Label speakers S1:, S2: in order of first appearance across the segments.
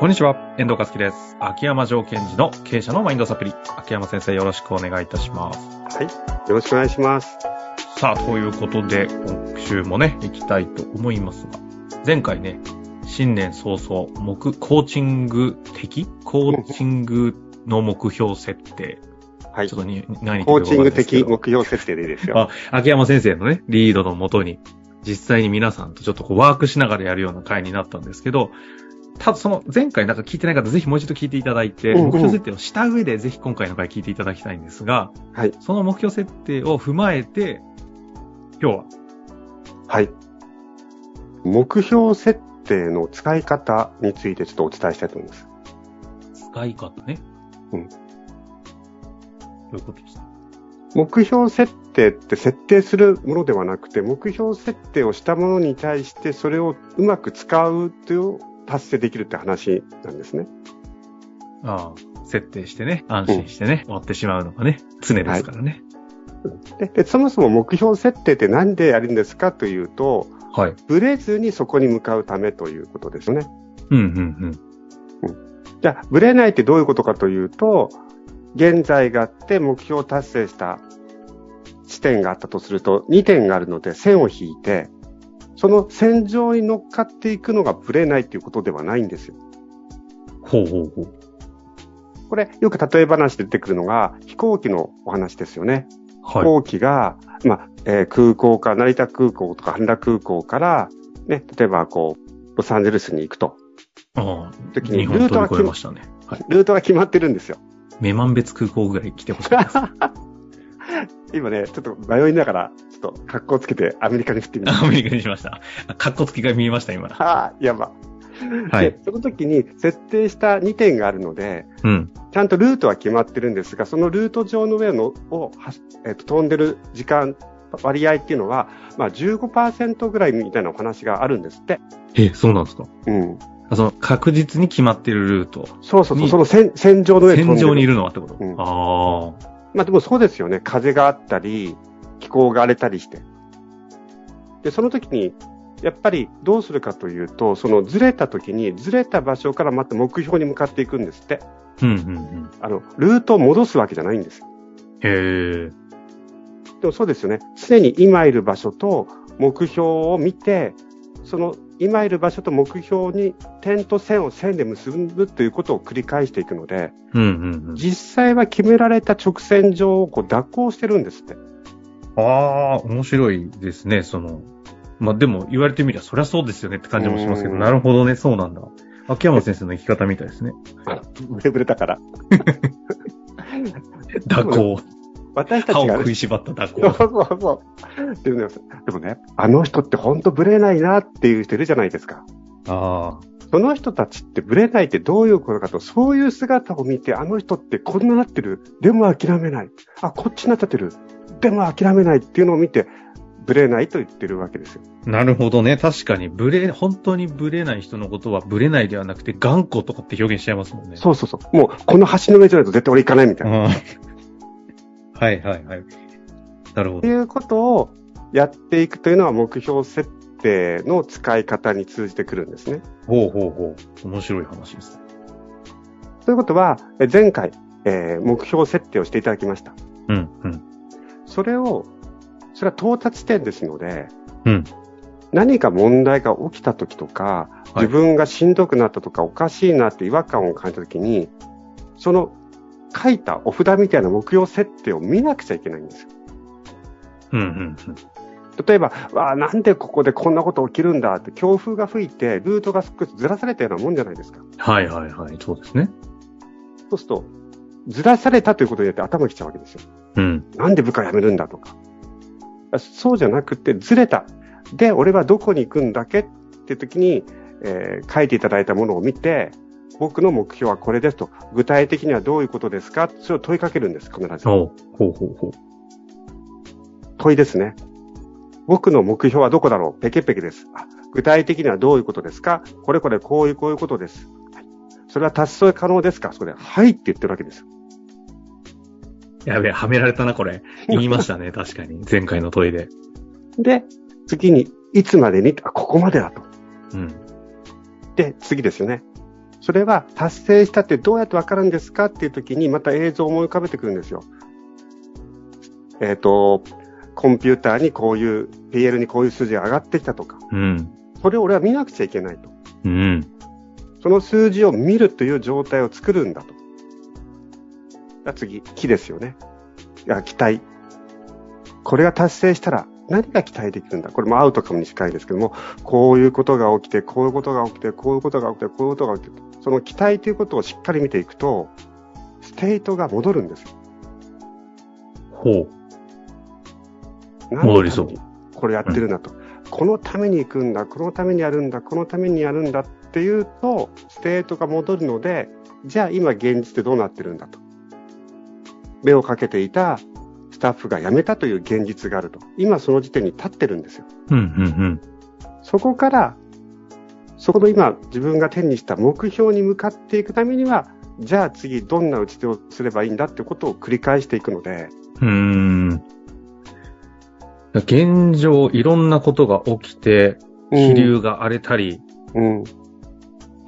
S1: こんにちは、遠藤和樹です。秋山条件時の経営者のマインドサプリ。秋山先生、よろしくお願いいたします。
S2: よろしくお願いします。
S1: さあ、ということで、今週もね、行きたいと思いますが、前回ね、新年早々、目、コーチング的コーチングの目標設定。
S2: はい
S1: ちょっとに、何言ってるか
S2: コーチング的
S1: わかんないです
S2: 目標設定でいいです
S1: あ
S2: よ。
S1: けど秋山先生のね、リードのもとに、実際に皆さんとちょっとこうワークしながらやるような回になったんですけど、ただその前回なんか聞いてない方、ぜひもう一度聞いていただいて、
S2: うんうん
S1: 目標設定をした上で、ぜひ今回の回聞いていただきたいんですが、
S2: はい
S1: その目標設定を踏まえて、今日は
S2: はい。目標設定の使い方についてちょっとお伝えしたいと思います。
S1: 使い方ね。
S2: うん
S1: どういうことですか
S2: 目標設定って設定するものではなくて、目標設定をしたものに対してそれをうまく使うと達成できるって話なんですね。
S1: ああ、設定してね、安心してね、終わってしまうのがね、常ですからね。
S2: でで、そもそも目標設定って何でやるんですかというと、
S1: はい。
S2: ブレずにそこに向かうためということですね。
S1: うんうん
S2: じゃあ、ブレないってどういうことかというと、現在があって目標を達成した地点があったとすると、2点があるので線を引いて、その線上に乗っかっていくのがブレないということではないんですよ。
S1: うん。ほうほうほう。
S2: これ、よく例え話で出てくるのが、飛行機のお話ですよね。飛
S1: はい。
S2: 行機が、まあえー空港か、成田空港とか羽田空港から、ね、例えばこう、ロサンゼルスに行くと、
S1: ああ、
S2: 時に
S1: 日本
S2: ルート
S1: 飛び越
S2: が決
S1: え
S2: ま
S1: ま、したね。はい。
S2: ルートが決まってるんですよ。
S1: 目満別空港ぐらい来てほしいです。
S2: 今ね、ちょっと迷いながら、ちょっと格好つけてアメリカに振ってみま し
S1: アメリカにしました。かっこつきが見えました、今。
S2: た。 はあ、やば。
S1: はい
S2: で、。その時に設定した2点があるので、
S1: うん。
S2: ちゃんとルートは決まってるんですが、そのルート上の上のをはし、えっと飛んでる時間、割合っていうのは、まあ15%ぐらいみたいなお話があるんですって。
S1: え、そうなんですか
S2: うん。
S1: あその、確実に決まってるルート。
S2: そうそうそ
S1: に
S2: う、その線線上の上飛ん
S1: 天
S2: で
S1: 井にい
S2: る。
S1: るのはってこと、
S2: うん
S1: ああ。
S2: まあでもそうですよね。風があったり、気候が荒れたりして。で、その時に、やっぱりどうするかというと、そのずれた時に、ずれた場所からまた目標に向かっていくんですって。
S1: うんうんうん。
S2: あの、ルートを戻すわけじゃないんです。
S1: へえ。
S2: でもそうですよね。常に今いる場所と目標を見て、その今いる場所と目標に点と線を線で結ぶということを繰り返していくので、
S1: うんうんうん。
S2: 実際は決められた直線上をこう蛇行してる んですって。
S1: ああ、面白いですね、その。まあ、でも言われてみりゃそりゃそうですよねって感じもしますけど、
S2: うん
S1: なるほどね、そうなんだ。秋山先生の生き方みたいですね。
S2: ブレブレだから。
S1: 蛇行。
S2: 私た
S1: 歯
S2: ち
S1: を
S2: が、
S1: 食
S2: ね、
S1: いしばった蛇
S2: そう
S1: 行。
S2: そうそう。でもね、でもねあの人って本当ブレないなっていう人いるじゃないですか。
S1: ああ。
S2: その人たちってブレないってどういうことかと、そういう姿を見て、あの人ってこんななってる。でも諦めない。あ、こっちになっちゃってる。でも諦めないっていうのを見て、ブレないと言ってるわけですよ。
S1: なるほどね。確かに、ブレ、本当にブレない人のことはブレないではなくて、頑固とかって表現しちゃいますもんね。
S2: そうそうそう。もう、この橋の上じゃないと絶対俺行かないみたいな。っ
S1: うん はいはいはい。なるほ
S2: て
S1: ど。
S2: いうことをやっていくというのは目標設定の使い方に通じてくるんですね。
S1: ほうほうほう。面白い話ですね。
S2: ということは、え前回、えー目標設定をしていただきました。
S1: うん、うん。
S2: それを、それは到達点ですので、
S1: うん
S2: 何か問題が起きた時とか、
S1: はい
S2: 自分がしんどくなったとか、おかしいなって違和感を感じた時に、その書いたお札みたいな目標設定を見なくちゃいけないんですよ。
S1: うん、うんうん。
S2: 例えば、わあ、なんでここでこんなこと起きるんだって、強風が吹いて、ルートが少しずらされたようなもんじゃないですか。
S1: はいはいはい。そうですね。
S2: そうすると、ずらされたということによって頭が来ちゃうわけですよ。
S1: うん。
S2: なんで部下辞めるんだとか。そうじゃなくて、ずれた。で、俺はどこに行くんだっけって時に、えー書いていただいたものを見て、僕の目標はこれですと。具体的にはどういうことですかそれを問いかけるんです、必ず。
S1: ほうほうほうほう。
S2: 問いですね。僕の目標はどこだろうペケペケです。あ具体的にはどういうことですかこれこれこういうこういうことです。はいそれは達成可能ですかそれ、はいって言ってるわけです。
S1: やべえ、はめられたな、こ れ。言いましたね、確かに。前回のトイレ。
S2: で、次に、いつまでに、あ、ここまでだと。
S1: うん。
S2: で、次ですよね。それは達成したってどうやってわかるんですかっていう時にまた映像を思い浮かべてくるんですよ。えっ、と、コンピューターにこういう、PL にこういう数字が上がってきたとか、
S1: うん。
S2: それを俺は見なくちゃいけないと。
S1: うん。
S2: その数字を見るという状態を作るんだと。あ次、木ですよね。いや、期待。これが達成したら何が期待できるんだこれもアウトカムに近いですけども、こういうことが起きて、こういうことが起きて、こういうことが起きて、こういうことが起きて、その期待ということをしっかり見ていくと、ステートが戻るんですよ。
S1: ほう。
S2: 何の
S1: 戻りそう
S2: ためにこれやってるんだと、このために行くんだ、このためにやるんだ、このためにやるんだっていうと、ステートが戻るので、じゃあ今現実ってどうなってるんだと。目をかけていたスタッフが辞めたという現実があると。今その時点に立ってるんですよ。
S1: うん、うん、
S2: そこから、そこの今自分が手にした目標に向かっていくためには、じゃあ次どんな打ち手をすればいいんだってことを繰り返していくので、
S1: うん。うーん。現状、いろんなことが起きて、気流が荒れたり、
S2: うん、うん、
S1: わ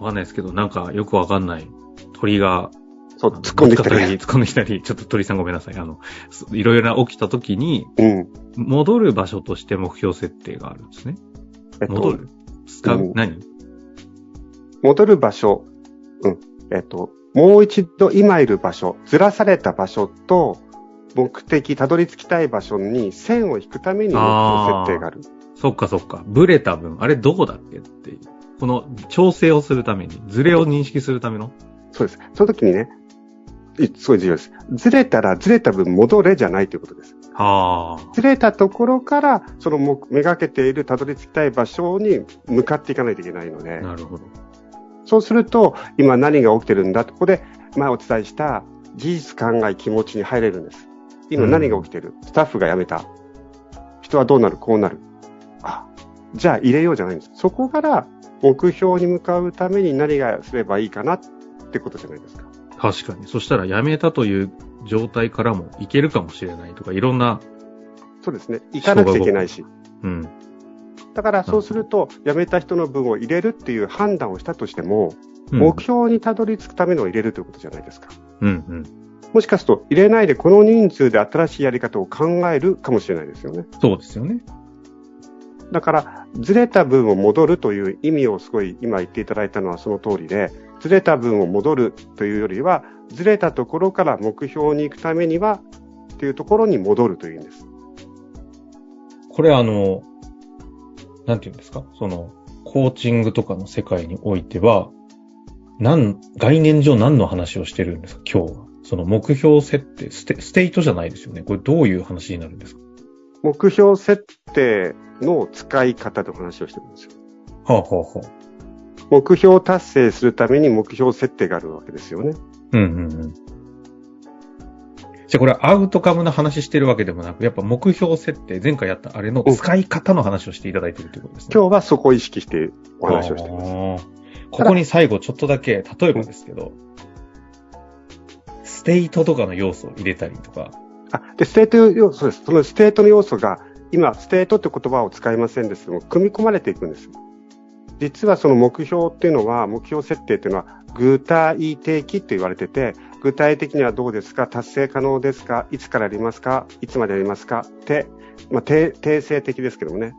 S1: かんないですけど、なんかよくわかんない鳥が
S2: そう、突っ込んできた
S1: ぶつかっ
S2: り
S1: り、突っ込んできたり、ちょっと鳥さんごめんなさい。あの、すいろいろな起きた時に、
S2: うん。
S1: 戻る場所として目標設定があるんですね。
S2: えっ
S1: 戻
S2: と、
S1: る使
S2: う
S1: う、
S2: ん
S1: 何
S2: 戻る場所、うん、えっと、もう一度今いる場所、ずらされた場所と、目的、たどり着きたい場所に線を引くために目標設定がある。
S1: そっかそっか。ブレた分、あれどこだっけっていう。この調整をするために、ズレを認識するための。
S2: そうです。その時にね、いすごい重要です。ずれたらずれた分戻れじゃないということです。
S1: はあ。
S2: ずれたところから、その目めがけているたどり着きたい場所に向かっていかないといけないので、
S1: なるほど。
S2: そうすると、今何が起きてるんだ、ここで前お伝えした事実、考え、気持ちに入れるんです。今何が起きてる、スタッフが辞めた。人はどうなるこうなる。あ、じゃあ入れようじゃないんです。そこから目標に向かうために何がすればいいかなってことじゃないですか。
S1: 確かに。そしたら辞めたという状態からもいけるかもしれないとか、いろんな、
S2: そうですね。行かなくちゃいけないし。
S1: うん。
S2: だからそうすると、辞めた人の分を入れるっていう判断をしたとしても、
S1: うん
S2: 目標にたどり着くためのを入れるということじゃないですか。
S1: うんうん。
S2: もしかすると、入れないでこの人数で新しいやり方を考えるかもしれないですよね。
S1: そうですよね。
S2: だから、ずれた分を戻るという意味をすごい今言っていただいたのはその通りで、ずれた分を戻るというよりは、ずれたところから目標に行くためには、っていうところに戻るというんです。
S1: これあの、なんていうんですかその、コーチングとかの世界においては、なん、概念上何の話をしてるんですか今日は。その目標設定、ステ、ステイトじゃないですよね。これどういう話になるんですか
S2: 目標設定の使い方の話をしてるんですよ。
S1: はあ、はあはあ、
S2: 目標を達成するために目標設定があるわけですよね。
S1: うんうんうん。じゃあこれはアウトカムの話してるわけでもなく、やっぱ目標設定、前回やったあれの使い方の話をしていただいてるということですね。
S2: 今日はそこを意識してお話をしてます。
S1: ます。ここに最後ちょっとだけ、例えばですけど、ステイトとかの要素を入れたりとか、
S2: あ、で、ステート要素です。そのステートの要素が、今、ステートって言葉を使いませんですけども、組み込まれていくんです。実はその目標っていうのは、目標設定っていうのは、具体的と言われてて、具体的にはどうですか達成可能ですかいつからやりますかいつまでやりますかて、まあ、定定性的ですけどもね。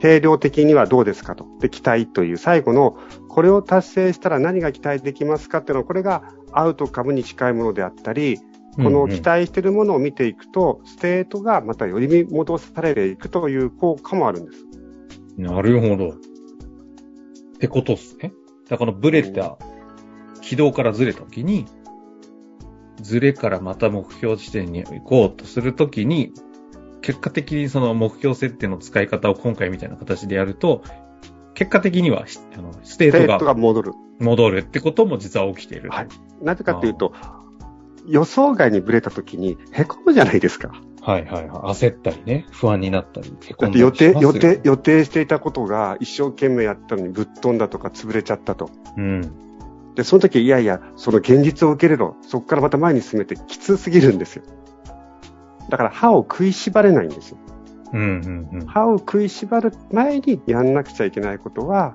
S2: 定量的にはどうですかと。で、期待という最後の、これを達成したら何が期待できますかっていうのは、これがアウトカムに近いものであったり、
S1: う
S2: この
S1: んうん
S2: 期待しているものを見ていくと、ステートがまたより戻されていくという効果もあるんです。
S1: なるほど。ってことっすね。だからこのブレた、軌道からずれたときに、ずれからまた目標地点に行こうとするときに、結果的にその目標設定の使い方を今回みたいな形でやると、結果的にはしあのステ
S2: ステ
S1: ー
S2: ー
S1: ト
S2: ト
S1: が
S2: が戻る。
S1: 戻るってことも実は起きている。
S2: はいなぜかというと、予想外にブレた時に凹むじゃないですか。
S1: はいはいはい。焦ったりね。不安になったり。
S2: だ
S1: 凹ん
S2: って
S1: だりしま
S2: 予定、
S1: すよ
S2: 予定、予定していたことが一生懸命やったのにぶっ飛んだとか潰れちゃったと。
S1: うん。
S2: で、その時、いやいや、その現実を受け入れろ。そこからまた前に進めてきつすぎるんですよ。だから歯を食いしばれないんですよ。
S1: うんうんうん。
S2: 歯を食いしばる前にやんなくちゃいけないことは、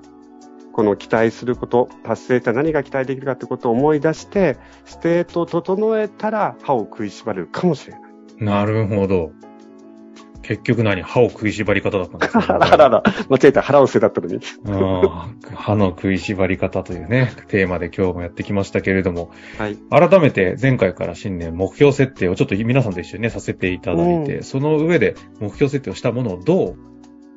S2: この期待すること、達成した何が期待できるかってことを思い出して、ステートを整えたら歯を食いしばれるかもしれない。
S1: なるほど。結局何歯を食いしばり方だったんです
S2: あ ららら、間違えた、腹を捨てだったのに。
S1: あ歯の食いしばり方というね、テーマで今日もやってきましたけれども、
S2: はい、
S1: 改めて前回から新年目標設定をちょっと皆さんと一緒にね、させていただいて、うん、その上で目標設定をしたものをどう、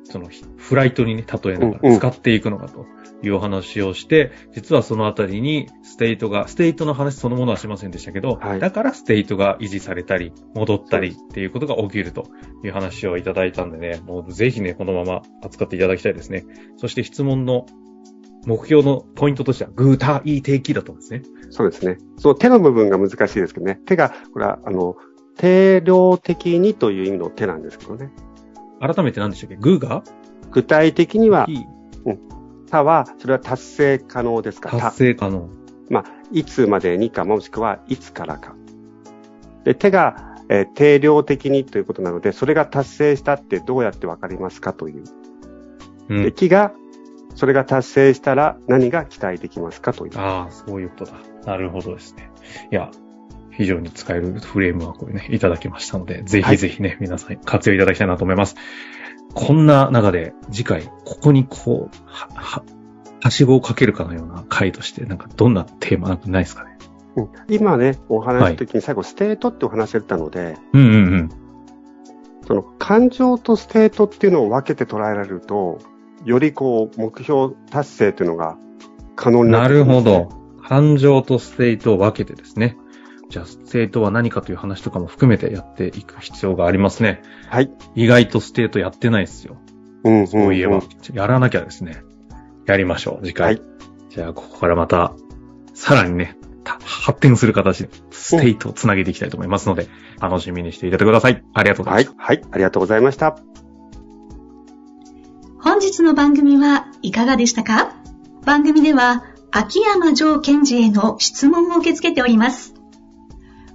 S1: そのフライトにね、例えながら使っていくのかというお話をして、うんうん、実はそのあたりにステイトが、ステイトの話そのものはしませんでしたけど、はい、だからステイトが維持されたり、戻ったりっていうことが起きるという話をいただいたんでね、もうぜひね、このまま扱っていただきたいですね。そして質問の目標のポイントとしては、グーターイーテイキーだったんですね。
S2: そうですね。その手の部分が難しいですけどね。手が、これは、あの、定量的にという意味の手なんですけどね。
S1: 改めて何でしたっけグーが
S2: 具体的には、うん、他は、それは達成可能ですか
S1: 達成可能。
S2: まあ、いつまでにか、もしくはいつからか。で、手が、えー、定量的にということなので、それが達成したってどうやってわかりますかという。うん、で、木が、それが達成したら何が期待できますかという。
S1: ああ、そういうことだ。なるほどですね。いや、非常に使えるフレームワークをね、いただきましたので、ぜひぜひね、はい、皆さん活用いただきたいなと思います。こんな中で、次回、ここにこう、は、は、はしごをかけるかのような回として、なんかどんなテーマなんかないですかね。
S2: うん、今ね、お話した時に最後、ステートってお話してたので、はい、
S1: うんうんうん。
S2: その、感情とステートっていうのを分けて捉えられると、よりこう、目標達成というのが可能にな
S1: る、ね、なるほど。感情とステートを分けてですね。じゃあ、ステートは何かという話とかも含めてやっていく必要がありますね。
S2: はい。
S1: 意外とステートやってないですよ。
S2: うん、うん、。
S1: そういえば。やらなきゃですね。やりましょう、次回。はい、じゃあ、ここからまた、さらにね、発展する形で、ステートをつなげていきたいと思いますので、楽しみにしていただいてください。ありがとうございました
S2: はい、はい、ありがとうございました。
S3: 本日の番組はいかがでしたか番組では、秋山城賢治への質問を受け付けております。